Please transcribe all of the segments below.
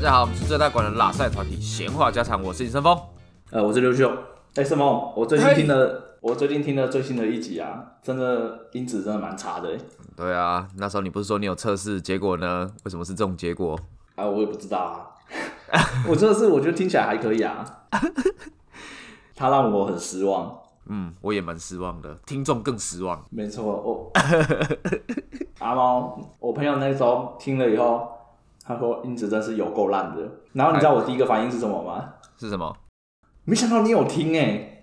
家好，我们是哎正大馆的拉塞团体闲话家常，我是尹胜峰。呃，我是刘秀。哎，什么？我最近嘿听了，我最近听了最新的一集啊，真的音质真的蛮差的欸。对啊，那时候你不是说你有测试，结果呢？为什么是这种结果？啊，我也不知道啊。我真的是，我觉得听起来还可以啊。他让我很失望。嗯，我也蛮失望的，听众更失望。没错，我阿猫，我朋友那时候听了以后，他说音质真是有够烂的。然后你知道我第一个反应是什么吗？是什么？没想到你有听哎、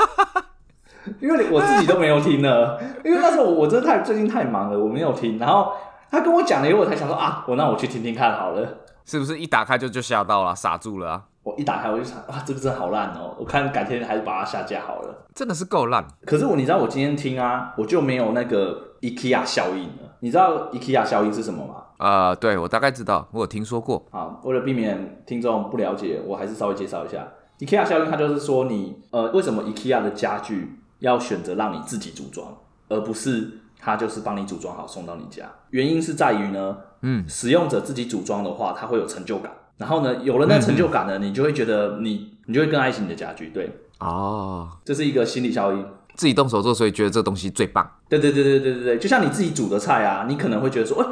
因为我自己都没有听呢，因为那时候我我真的太最近太忙了，我没有听。然后他跟我讲了以后，我才想说啊，我那我去听听看好了。是不是一打开就就吓到了，傻住了啊？我一打开我就想啊，这个真的好烂哦，我看改天还是把它下架好了。真的是够烂。可是我你知道我今天听啊，我就没有那个 IKEA 效应了。你知道 IKEA 效应是什么吗？啊！对我大概知道，我有听说过。好，为了避免听众不了解，我还是稍微介绍一下 IKEA 效应。它就是说你呃，为什么 IKEA 的家具要选择让你自己组装，而不是它就是帮你组装好送到你家？原因是在于呢，嗯，使用者自己组装的话，他会有成就感。然后呢，有了那成就感呢，你就会觉得你你就会更爱惜你的家具。对，哦，这是一个心理效应。自己动手做，所以觉得这东西最棒。对对对对对对对，就像你自己煮的菜啊，你可能会觉得说，哎、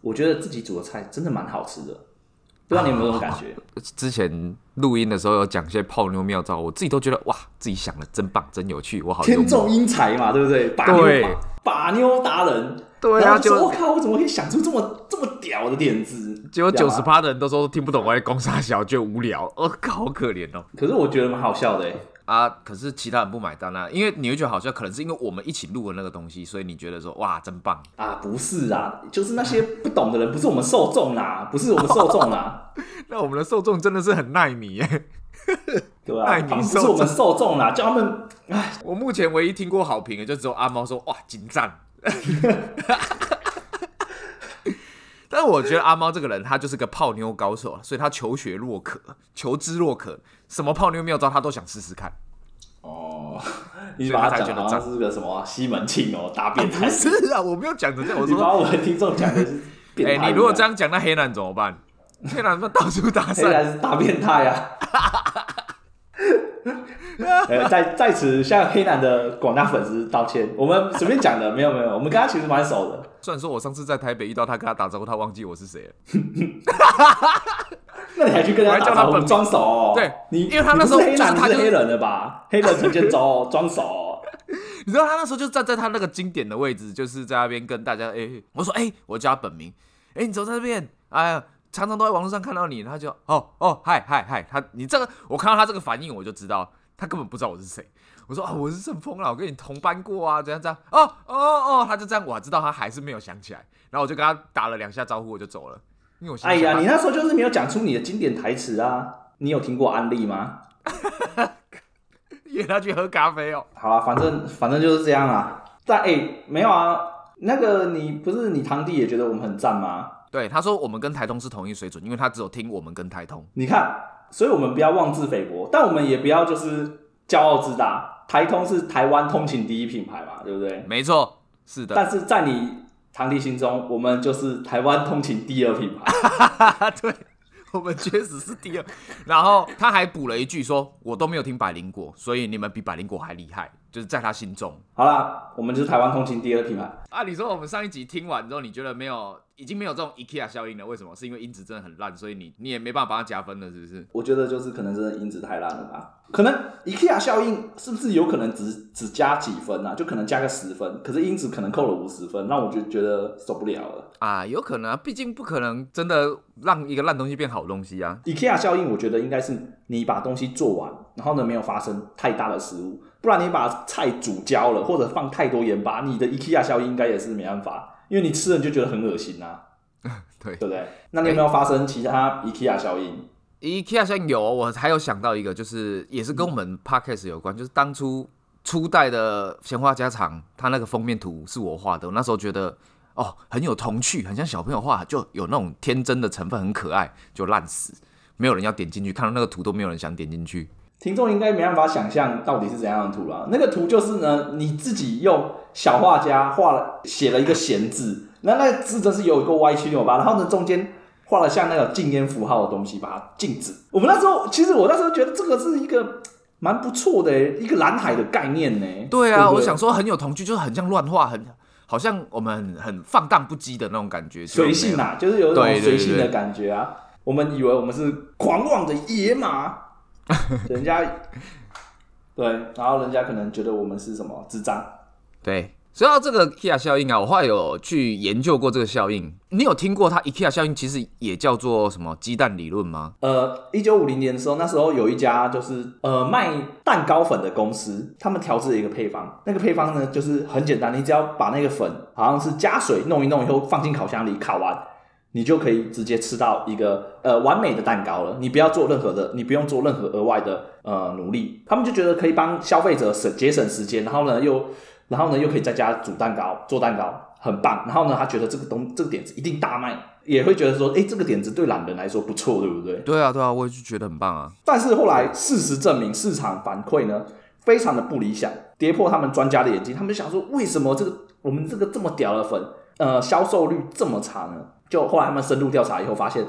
我觉得自己煮的菜真的蛮好吃的，不知道你有没有这种感觉？之前录音的时候有讲一些泡妞妙招，我自己都觉得哇，自己想的真棒，真有趣，我好幽天默。纵英才嘛，对不对？把妞对把把妞达人，对啊然后就就说我靠，我怎么可以想出这么这么屌的点子？结果这九样啊十趴的人都说听不懂我在攻啥小，就无聊。我、哦、靠，好可怜哦。可是我觉得蛮好笑的欸，啊，可是其他人不买单啊，因为你会觉得好笑，可能是因为我们一起录的那个东西，所以你觉得说哇，真棒。啊，不是啊，就是那些不懂的人，不是我们受众啦， 不是我们受众啊 啦， 那我们的受众真的是很耐你耶。对吧、那啊？你他们不受是众我们受众啦，叫他们 我目前唯一听过好评的，就只有阿猫说哇，紧 张。但我觉得阿猫这个人，他就是个泡妞高手，啊所以他求学若渴，求知若渴，什么泡妞妙招他都想试试 看。 哦，你所以把他它才讲觉得得好赞像是个什么西门庆哦，大变态不，是啊，我没有讲成这样，我你说把我的听众讲 的是哎、变态一样，你如果这样讲，那黑男怎么 办？黑男他妈到处 搭 黑讪，男是大变 态啊！呃，在在此向黑男的广大粉丝道歉，我们随便讲的，没有没有，我们跟他其实蛮熟的。虽然说我上次在台北遇到他，跟他打招呼，他忘记我是谁了。那你还去跟我他还叫打他招呼本名装熟、哦？对你因为他那时候你不是黑男，就是你他是就是黑人了吧？黑人陈建州哦装 熟、哦，你知道他那时候就站在他那个经典的位置，就是在那边跟大家哎、我说哎、我叫他本名，哎、你走在那边，哎呀，常常都在网络上看到你，他就哦哦嗨嗨嗨，他你这个我看到他这个反应，我就知道他根本不知道我是谁。我说啊、我是顺风啦，我跟你同班过啊，怎样怎样，哦哦哦，他就这样，我知道他还是没有想起来，然后我就跟他打了两下招呼，我就走了，因为我心哎里想 呀，他你那时候就是没有讲出你的经典台词啊！你有听过安利吗？约他去喝咖啡哦。好啊，反正反正就是这样啦。但哎、没有啊，那个你不是你堂弟也觉得我们很赞吗？对，他说我们跟台通是同一水准，因为他只有听我们跟台通。你看，所以我们不要妄自菲薄，但我们也不要就是骄傲自大。台通是台湾通勤第一品牌嘛，对不对？没错，是的，但是在你堂弟心中，我们就是台湾通勤第二品牌。啊对，我们确实是第二。然后他还补了一句说，我都没有听百灵果，所以你们比百灵果还厉害，就是在他心中。好啦，我们就是台湾通勤第二品牌。啊，你说我们上一集听完之后，你觉得没有，已经没有这种 IKEA 效应了？为什么？是因为音质真的很烂，所以你你也没办法帮他加分了，是不是？我觉得就是可能真的音质太烂了吧，可能 IKEA 效应是不是有可能只只加几分啊？就可能加个十分，可是音质可能扣了五十分，那我就觉得受不了了。啊，有可能啊，毕竟不可能真的让一个烂东西变好东西啊。 IKEA 效应，我觉得应该是你把东西做完，然后呢没有发生太大的失误，不然你把菜煮焦了或者放太多盐巴，你的 IKEA 效应应该也是没办法，因为你吃了你就觉得很恶心啊，对对不对？那你有没有发生其他 IKEA 效应？ IKEA 现在有哦，我还有想到一个，就是也是跟我们 podcast 有关，就是当初初代的《闲话家常》，它那个封面图是我画的，我那时候觉得哦很有童趣，很像小朋友画，就有那种天真的成分，很可爱，就烂死，没有人要点进去，看到那个图都没有人想点进去。听众应该没办法想象到底是怎样的图啦。那个图就是呢，你自己用小画家画了写了一个闲字，那那个字真是有一个歪七扭八，然后呢中间画了像那个禁烟符号的东西，把它禁止。我们那时候，其实我那时候觉得这个是一个蛮不错的一个蓝海的概念呢。对啊，不我想说很有童趣，就是很像乱画，很好像我们很很放荡不羁的那种感觉，就没随有性啊，就是有一对种对随性的对感觉啊。我们以为我们是狂妄的野马， 人家对，然后人家可能觉得我们是什么智障。对，说到这个 IKEA 效应啊，我后来有去研究过这个效应。你有听过它 IKEA 效应其实也叫做什么鸡蛋理论吗？呃，一九五零年的时候，那时候有一家就是呃卖蛋糕粉的公司，他们调制了一个配方。那个配方呢，就是很简单，你只要把那个粉好像是加水弄一弄以后，放进烤箱里烤完，你就可以直接吃到一个呃完美的蛋糕了。你不要做任何的，你不用做任何额外的呃努力。他们就觉得可以帮消费者省节省时间，然后呢又然后呢又可以在家煮蛋糕、做蛋糕，很棒。然后呢，他觉得这个东这个点子一定大卖，也会觉得说，哎，这个点子对懒人来说不错，对不对？对啊，对啊，我也就觉得很棒啊。但是后来事实证明，市场反馈呢非常的不理想，跌破他们专家的眼睛。他们就想说，为什么这个我们这个这么屌的粉，呃，销售率这么差呢？就后来他们深入调查以后发现，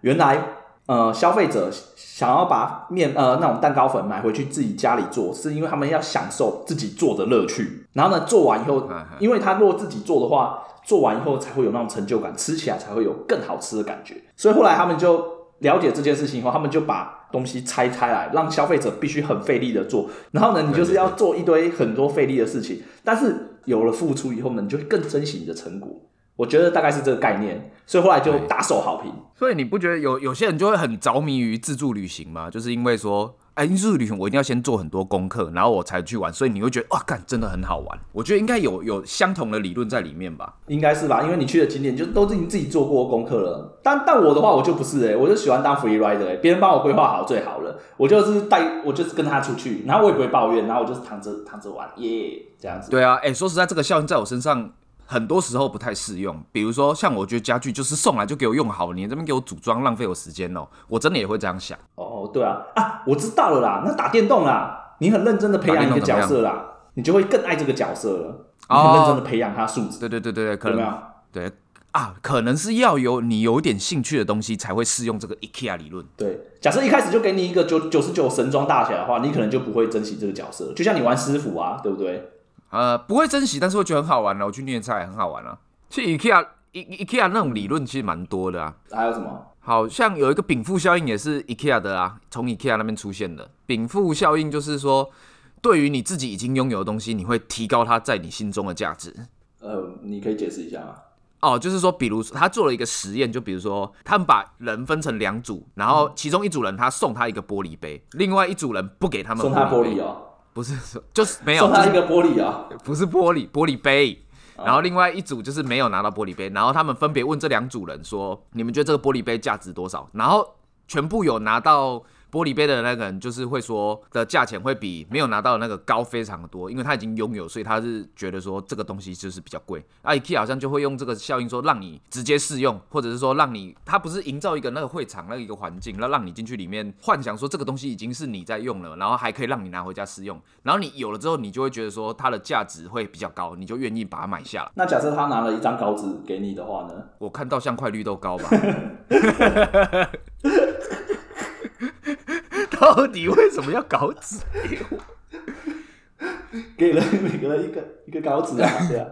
原来呃消费者想要把面呃那种蛋糕粉买回去自己家里做，是因为他们要享受自己做的乐趣。然后呢，做完以后嗯嗯，因为他如果自己做的话，做完以后才会有那种成就感，吃起来才会有更好吃的感觉。所以后来他们就了解这件事情以后，他们就把东西拆开来，让消费者必须很费力的做。然后呢，你就是要做一堆很多费力的事情，但是有了付出以后呢，你就会更珍惜你的成果。我觉得大概是这个概念，所以后来就打手好评。所以你不觉得有有些人就会很着迷于自助旅行吗？就是因为说，哎，自助旅行我一定要先做很多功课，然后我才去玩，所以你会觉得哇，干真的很好玩。我觉得应该有有相同的理论在里面吧。应该是吧，因为你去的景点就都是你自己做过功课了。但但我的话，我就不是哎、我就喜欢当 free rider 哎、别人帮我规划好最好了，我就是带，我就是跟他出去，然后我也不会抱怨，然后我就是躺着躺着玩耶这样子。对啊，哎、说实在，这个效应在我身上很多时候不太适用。比如说，像我觉得家具就是送来就给我用好了，你这边给我组装，浪费我时间哦。我真的也会这样想。哦，对啊啊，我知道了啦，那打电动啦，你很认真的培养一个角色啦，你就会更爱这个角色了，你很认真的培养他素质，对对对对对，可有没能有？对啊，可能是要有你有点兴趣的东西才会适用这个 IKEA 理论。对，假设一开始就给你一个九九十九神装大侠的话，你可能就不会珍惜这个角色，就像你玩师傅啊，对不对？呃，不会珍惜，但是会觉得很好玩了、我去虐菜也很好玩啊。去 IKEA I- IKEA 那种理论其实蛮多的啊，还有什么？好像有一个禀赋效应也是 IKEA 的啊，从 IKEA 那边出现的。禀赋效应就是说，对于你自己已经拥有的东西，你会提高它在你心中的价值。呃，你可以解释一下吗？哦，就是说，比如说他做了一个实验，就比如说他们把人分成两组，然后嗯其中一组人他送他一个玻璃杯，另外一组人不给他们送他玻杯璃哦、不是 说就是没有，送就他哦是一个玻璃哦、不是玻璃玻璃杯。然后另外一组就是没有拿到玻璃杯，然后他们分别问这两组人说：“你们觉得这个玻璃杯价值多少？”然后全部有拿到玻璃杯的那个人，就是会说的价钱会比没有拿到的那个高非常多，因为他已经拥有，所以他是觉得说这个东西就是比较贵。啊，IKEA 好像就会用这个效应说，让你直接试用，或者是说让你，他不是营造一个那个会场那一个环境，那让你进去里面幻想说这个东西已经是你在用了，然后还可以让你拿回家试用，然后你有了之后，你就会觉得说它的价值会比较高，你就愿意把它买下来。那假设他拿了一张稿纸给你的话呢？我看到像块绿豆糕吧。到底为什么要搞纸？给了 每个人一个一个稿纸啊， 对啊，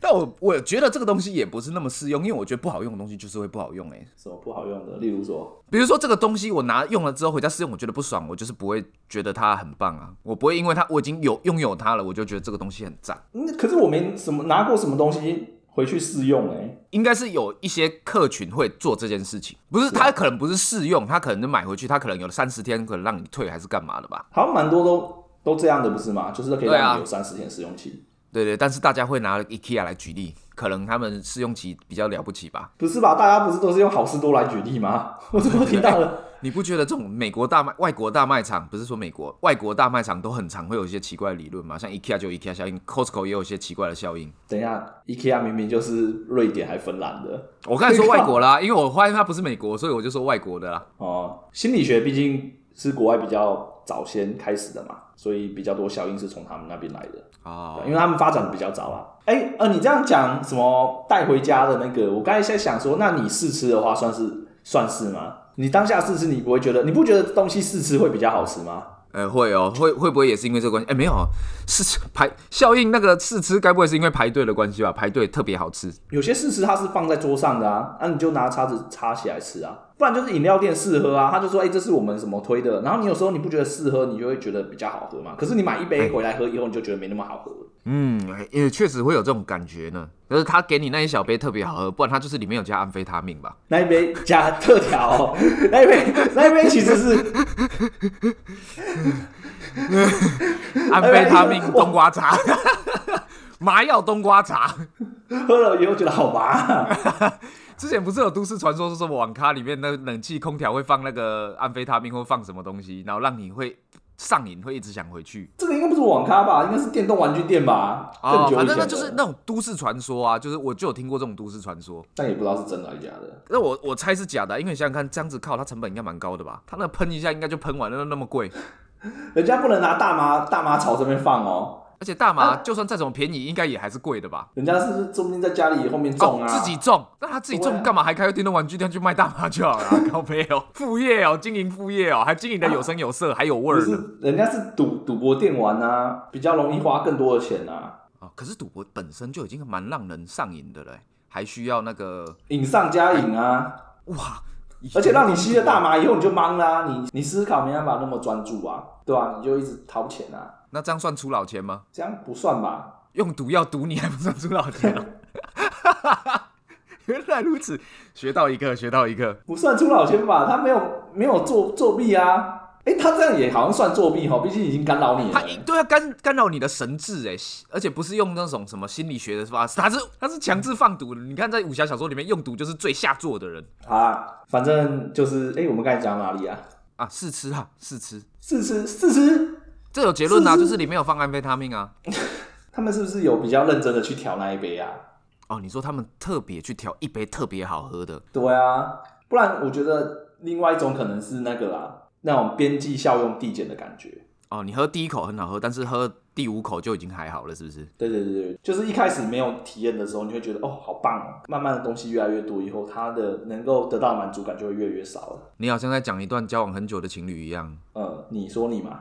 但我我觉得这个东西也不是那么适用，因为我觉得不好用的东西就是会不好用哎、什么不好用的？例如说，比如说这个东西我拿用了之后回家试用，我觉得不爽，我就是不会觉得它很棒啊，我不会因为它我已经有拥有它了，我就觉得这个东西很赞。嗯，可是我没什么拿过什么东西回去试用哎、应该是有一些客群会做这件事情，不是他可能不是试用，他可能就买回去，他可能有三十天，可能让你退还是干嘛的吧？好像蛮多都都这样的，不是吗？就是可以对啊让你有三十天试用期，对对，但是大家会拿 IKEA 来举例，可能他们试用期比较了不起吧？不是吧？大家不是都是用好事多来举例吗？ 我怎么听到了？你不觉得这种美国大卖、外国大卖场，不是说美国外国大卖场都很常会有一些奇怪的理论嘛？像 IKEA 就有 IKEA 效应，Costco 也有一些奇怪的效应。等一下，IKEA 明明就是瑞典还芬兰的我刚才说外国啦，因为我发现它不是美国，所以我就说外国的啦。哦、心理学毕竟是国外比较早先开始的嘛，所以比较多效应是从他们那边来的。哦对，因为他们发展的比较早啦。哎、呃，你这样讲什么带回家的那个，我刚才在想说，那你试吃的话，算是算是吗？你当下试吃，你不会觉得，你不觉得东西试吃会比较好吃吗？哎、会哦，会会不会也是因为这个关系？哎、没有哦，是排效应那个试吃，该不会是因为排队的关系吧？排队特别好吃有些试吃它是放在桌上的啊，那、你就拿叉子叉起来吃啊，不然就是饮料店试喝啊，他就说，哎、这是我们什么推的，然后你有时候你不觉得试喝，你就会觉得比较好喝嘛，可是你买一杯回来喝以后，你就觉得没那么好喝。嗯，哎也确实会有这种感觉呢。就是他给你那一小杯特别好喝，不然他就是里面有加安非他命吧？那一杯加特调、 哦，那一杯那一杯其实是安非他命冬瓜茶， 麻药冬瓜茶。喝了以后觉得好麻、 啊，之前不是有都市传说说什么网咖里面那冷气空调会放那个安非他命或放什么东西，然后让你会上瘾，会一直想回去。这个应该不是网咖吧，应该是电动玩具店吧，哦，更久以反前正的那就是那种都市传说啊，就是我就有听过这种都市传说。但也不知道是真的还是假的。那我我猜是假的啊、因为你想想看，这样子靠它成本应该蛮高的吧？它那喷一下应该就喷完了，那那么贵，人家不能拿大麻大麻草这边放哦，而且大麻就算再怎么便宜，应该也还是贵的吧？人家是不是说不定在家里后面种啊，哦自己种，那他自己对啊种干嘛？还开电动玩具店去卖大麻就好了、 啊，高配哦，副业哦，经营副业哦，还经营的有声有 色，还有味不儿呢。是，人家是赌赌博电玩啊，比较容易花更多的钱啊，啊，可是赌博本身就已经蛮让人上瘾的了欸，还需要那个瘾上加瘾嗯啊，哇，而且让你吸了大麻以后你就懵啦、你你思考没办法那么专注啊，对吧、你就一直掏钱啊，那这样算出老钱吗？这样不算吧？用毒药毒你还不算出老钱、哦？ 原来如此，学到一个，学到一个。不算出老千吧？他没有没有作作弊啊。哎、他这样也好像算作弊哈，毕竟已经干扰你了他。一对啊，干干扰你的神智哎，而且不是用那种什么心理学的方法，他是他是强制放毒的。你看在武侠小说里面，用毒就是最下作的人好啦，反正就是哎、诶我们刚才讲哪里啊？啊，试吃啊，试吃，试吃试吃，这有结论啊，试吃就是里面有放安非他命啊。他们是不是有比较认真的去调那一杯啊？哦，你说他们特别去调一杯特别好喝的，对啊，不然我觉得另外一种可能是那个啦，那种边际效用递减的感觉。哦，你喝第一口很好喝，但是喝第五口就已经还好了，是不是？对对对对，就是一开始没有体验的时候，你会觉得哦好棒哦，慢慢的东西越来越多以后，它的能够得到的满足感就会越来越少了。你好像在讲一段交往很久的情侣一样， 嗯，你说你嘛？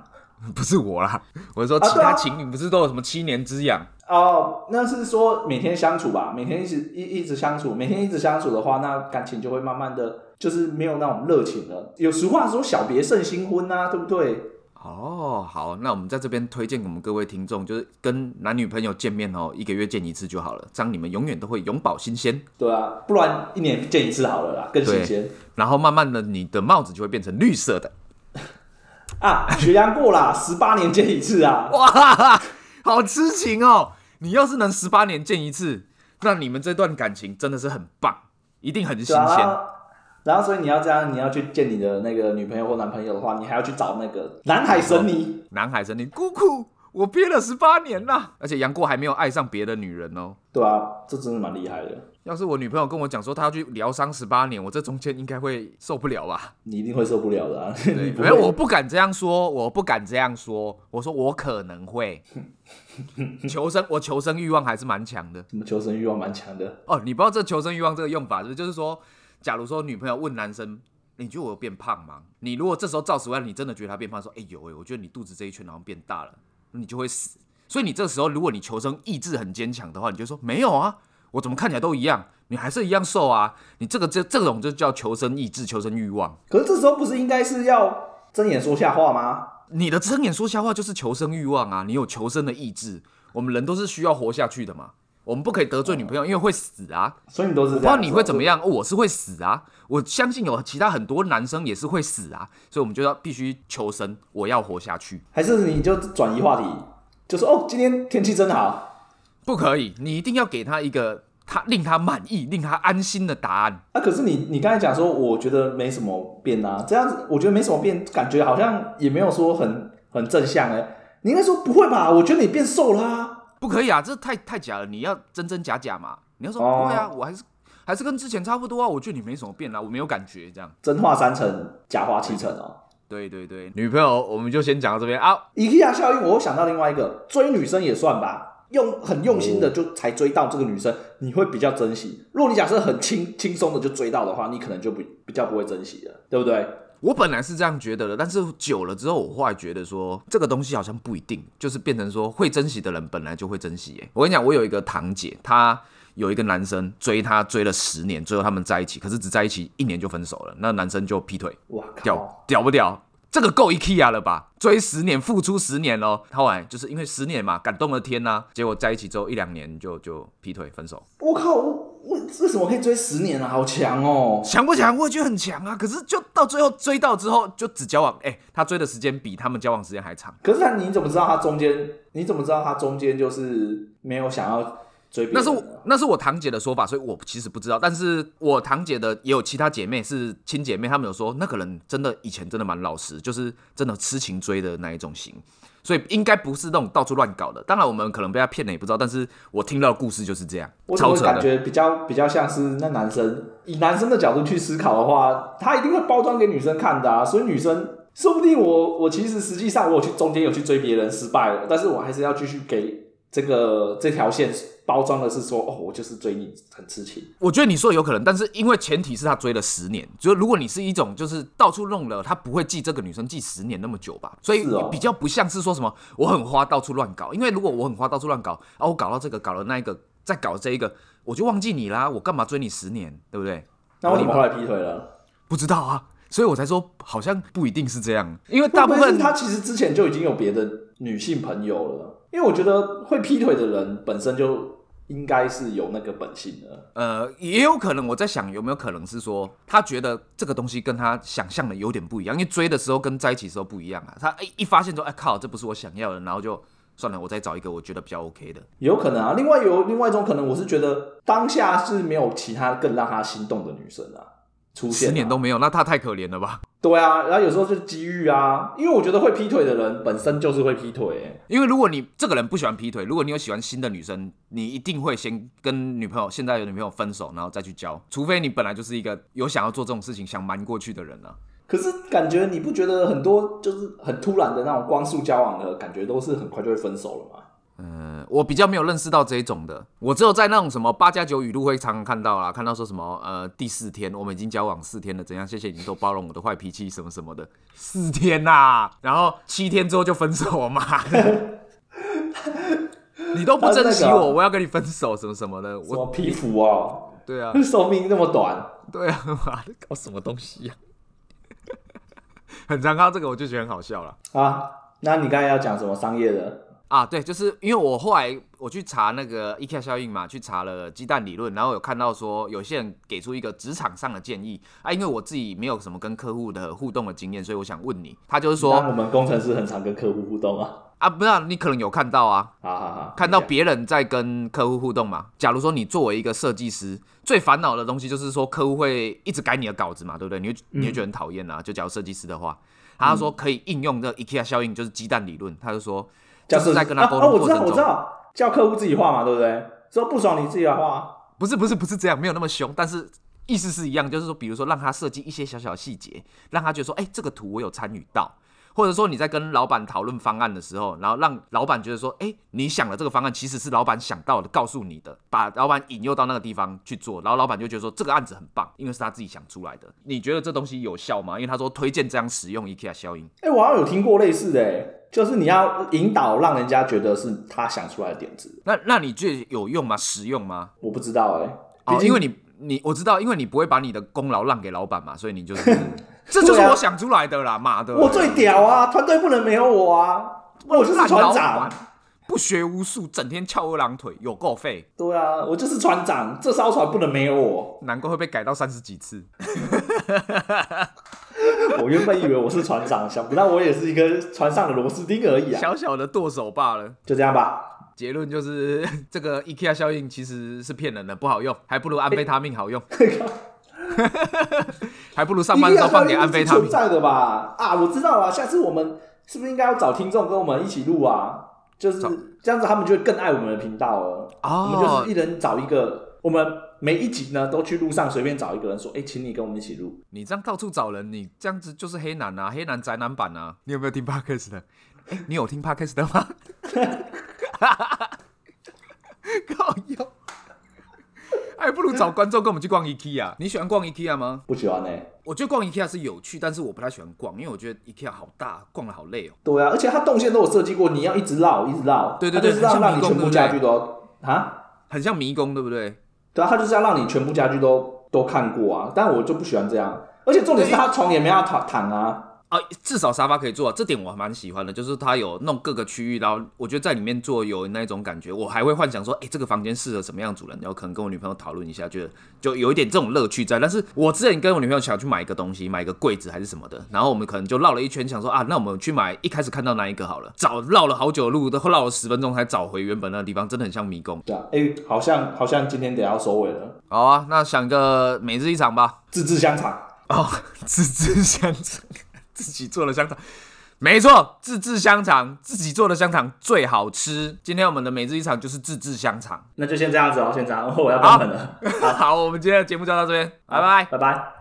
不是我啦，我是说啊其对啊他情侣不是都有什么七年之痒？哦，那是说每天相处吧，每天一直一一直相处，每天一直相处的话，那感情就会慢慢的，就是没有那种热情了。有俗话说“小别胜新婚”啊，对不对？哦，好，那我们在这边推荐给我们各位听众，就是跟男女朋友见面哦，一个月见一次就好了，这样你们永远都会永葆新鲜。对啊，不然一年见一次好了啦，更新对鲜。然后慢慢的，你的帽子就会变成绿色的。啊，学杨过啦，十八年见一次啊。哇，好痴情哦！你要是能十八年见一次，那你们这段感情真的是很棒，一定很新对啊，然鲜。后然后所以你要这样，你要去见你的那个女朋友或男朋友的话，你还要去找那个南海神尼。南海森林，姑姑，我憋了十八年啦！而且杨过还没有爱上别的女人哦。对啊，这真的蛮厉害的，要是我女朋友跟我讲说她要去疗伤十八年，我这中间应该会受不了吧？你一定会受不了的、啊。 你对，不没会有，我不敢这样说，我不敢这样说。我说我可能会求生，我求生欲望还是蛮强的什么求生欲望蛮强的。哦。你不知道这求生欲望这个用法，就是就是说，假如说女朋友问男生。你觉得我有变胖吗？你如果这时候照实话，你真的觉得她变胖，说：“哎、有哎、我觉得你肚子这一圈好像变大了。”你就会死。所以你这时候，如果你求生意志很坚强的话，你就说：“没有啊，我怎么看起来都一样，你还是一样瘦啊。”你这个这这种就叫求生意志、求生欲望。可是这时候不是应该是要睁眼说瞎话吗？你的睁眼说瞎话就是求生欲望啊，你有求生的意志。我们人都是需要活下去的嘛，我们不可以得罪女朋友，因为会死啊。所以你都是我这不知道样。你会怎么样，哦我是会死啊。我相信有其他很多男生也是会死啊，所以我们就要必须求生，我要活下去。还是你就转移话题，就说哦，今天天气真好。不可以，你一定要给他一个他令他满意、令他安心的答案。啊，可是你你刚才讲说，我觉得没什么变啊，这样子我觉得没什么变，感觉好像也没有说很很正向哎、你应该说不会吧？我觉得你变瘦啦、不可以啊，这太太假了，你要真真假假嘛。你要说哦不会啊，我还是还是跟之前差不多啊，我觉得你没什么变啊，我没有感觉这样。真话三成，假话七成哦。对对对，女朋友我们就先讲到这边啊。 IKEA 效应，我又想到另外一个，追女生也算吧，用很用心嗯的就才追到这个女生，你会比较珍惜。如果你假设很轻轻松的就追到的话，你可能就不比较不会珍惜了，对不对？我本来是这样觉得的，但是久了之后，我后来觉得说这个东西好像不一定，就是变成说会珍惜的人本来就会珍惜、耶我跟你讲，我有一个堂姐，她有一个男生追她追了十年，最后他们在一起，可是只在一起一年就分手了，那男生就劈腿，哇靠！屌屌不屌？这个够 IKEA 了吧？追十年，付出十年咯。后来就是因为十年嘛，感动了天呐、结果在一起之后一两年就就劈腿分手，我靠！我我为什么可以追十年啊？好强哦！强不强？我也觉得很强啊。可是就到最后追到之后，就只交往。哎、他追的时间比他们交往时间还长。可是他你怎么知道他中间？你怎么知道他中间就是没有想要追别人那啊？是我那是我堂姐的说法，所以我其实不知道。但是我堂姐的也有其他姐妹是亲姐妹，她们有说那个人真的以前真的蛮老实，就是真的痴情追的那一种型，所以应该不是那种到处乱搞的。当然我们可能被他骗了也不知道，但是我听到的故事就是这样，我怎超么扯感的。觉比较比较像是那男生以男生的角度去思考的话，他一定会包装给女生看的啊。所以女生说不定我我其实实际上我有去中间有去追别人失败了，但是我还是要继续给这个这条线包装的是说哦，我就是追你很痴情。我觉得你说的有可能，但是因为前提是他追了十年，就是如果你是一种就是到处弄了，他不会记这个女生记十年那么久吧，所以是哦比较不像是说什么我很花到处乱搞，因为如果我很花到处乱搞，啊，我搞到这个搞了那一个，再搞这一个，我就忘记你啦，我干嘛追你十年，对不对？那为什么后来劈腿了？不知道啊，所以我才说好像不一定是这样，因为会大不部会是分他其实之前就已经有别的女性朋友了，因为我觉得会劈腿的人本身就应该是有那个本性的。呃，也有可能我在想有没有可能是说，他觉得这个东西跟他想象的有点不一样，因为追的时候跟在一起的时候不一样啊。他哎一发现说，哎靠，这不是我想要的，然后就算了，我再找一个我觉得比较 OK 的。有可能啊，另外有另外一种可能，我是觉得当下是没有其他更让他心动的女生啊出现啊、十年都没有，那他太可怜了吧？对啊，然后有时候就是机遇啊，因为我觉得会劈腿的人本身就是会劈腿欸、因为如果你这个人不喜欢劈腿，如果你有喜欢新的女生，你一定会先跟女朋友现在的女朋友分手，然后再去交，除非你本来就是一个有想要做这种事情、想瞒过去的人啊。可是感觉你不觉得很多就是很突然的那种光速交往的感觉，都是很快就会分手了吗？嗯，我比较没有认识到这一种的，我只有在那种什么八加九语录会常常看到啦，看到说什么呃第四天我们已经交往四天了，怎样？谢谢你都包容我的坏脾气什么什么的，四天呐、然后七天之后就分手嘛， 你都不珍惜他是那个我，我要跟你分手什么什么的，什我么皮肤啊，对啊寿命那么短，对啊，妈的搞什么东西呀、 很常看到这个我就觉得很好笑了。啊？那你刚才要讲什么商业的？啊，对，就是因为我后来我去查那个 IKEA 效应嘛，去查了鸡蛋理论，然后有看到说有些人给出一个职场上的建议啊，因为我自己没有什么跟客户的互动的经验，所以我想问你，他就是当然说我们工程师很常跟客户互动啊，啊，不知道你可能有看到啊，好好好，看到别人在跟客户互动嘛。假如说你作为一个设计师，最烦恼的东西就是说客户会一直改你的稿子嘛，对不对？你会你会觉得嗯很讨厌啊。就假如设计师的话，他说可以应用这 IKEA 效应，就是鸡蛋理论，他就说叫就是在设计跟他沟啊啊通我过知程道，我中知。道，叫客户自己画嘛，对不对？说不爽你自己来画，不是不是不是这样，没有那么凶，但是意思是一样，就是说，比如说让他设计一些小小的细节，让他觉得说，哎、这个图我有参与到，或者说你在跟老板讨论方案的时候，然后让老板觉得说，哎、你想的这个方案其实是老板想到的，告诉你的，把老板引诱到那个地方去做，然后老板就觉得说这个案子很棒，因为是他自己想出来的。你觉得这东西有效吗？因为他说推荐这样使用 IKEA 效应。哎、我好像有听过类似的、欸，就是你要引导让人家觉得是他想出来的点子，那那你觉得有用吗？实用吗？我不知道哎、欸。哦毕，竟因为你你我知道，因为你不会把你的功劳让给老板嘛，所以你就是 这就是对啊我想出来的啦，妈的！我最屌啊，团队不能没有我啊，我就是烂船老长板。，不学无术，整天翘二郎腿，有够废，对啊，我就是船长，这艘船不能没有我。难怪会被改到三十几次。我原本以为我是船长，想不到我也是一个船上的螺丝钉而已啊。小小的剁手罢了。就这样吧，结论就是 这个 IKEA 效应其实是骗人的，不好用，还不如安非他命好用，还不如上班的时候放点安非他一定命要。在的吧？啊，我知道了，下次我们是不是应该要找听众跟我们一起录啊？就是这样子，他们就会更爱我们的频道了。哦我们就是一人找一个我们每一集呢，都去路上随便找一个人说：“哎、请你跟我们一起录。你这样到处找人，你这样子就是黑男啊，黑男宅男版啊。你有没有听 podcast 的？哎你有听 podcast 的 吗？靠腰，还不如找观众跟我们去逛 IKEA。你喜欢逛 IKEA 吗”？不喜欢呢、我觉得逛 IKEA 是有趣，但是我不太喜欢逛，因为我觉得 IKEA 好大，逛的好累哦。对啊，而且它动线都有设计过，你要一直绕，一直绕，对对对它就是让很像让迷你宫全部家具都要啊，很像迷宫，对不对？对啊，它就是要让你全部家具都都看过啊。但我就不喜欢这样，而且重点是它床也没要躺躺啊，啊，至少沙发可以坐，这点我还蛮喜欢的，就是它有弄各个区域，然后我觉得在里面坐有那种感觉，我还会幻想说，哎、这个房间适合什么样的主人，然后可能跟我女朋友讨论一下，觉得就有一点这种乐趣在。但是我之前跟我女朋友想去买一个东西，买一个柜子还是什么的，然后我们可能就绕了一圈，想说啊，那我们去买一开始看到那一个好了，找绕了好久的路，都绕了十分钟才找回原本那个地方，真的很像迷宫。对啊，哎、好像好像今天得要收尾了，好啊，那想个每日一场吧。自制香肠。哦， 自制香肠，自己做的香肠，没错，自制香肠，自己做的香肠最好吃。今天我们的每日一场就是自制香肠。 那就先这样子哦，先这样，我要关门了，好，我们今天的节目就到这边，拜拜。拜拜。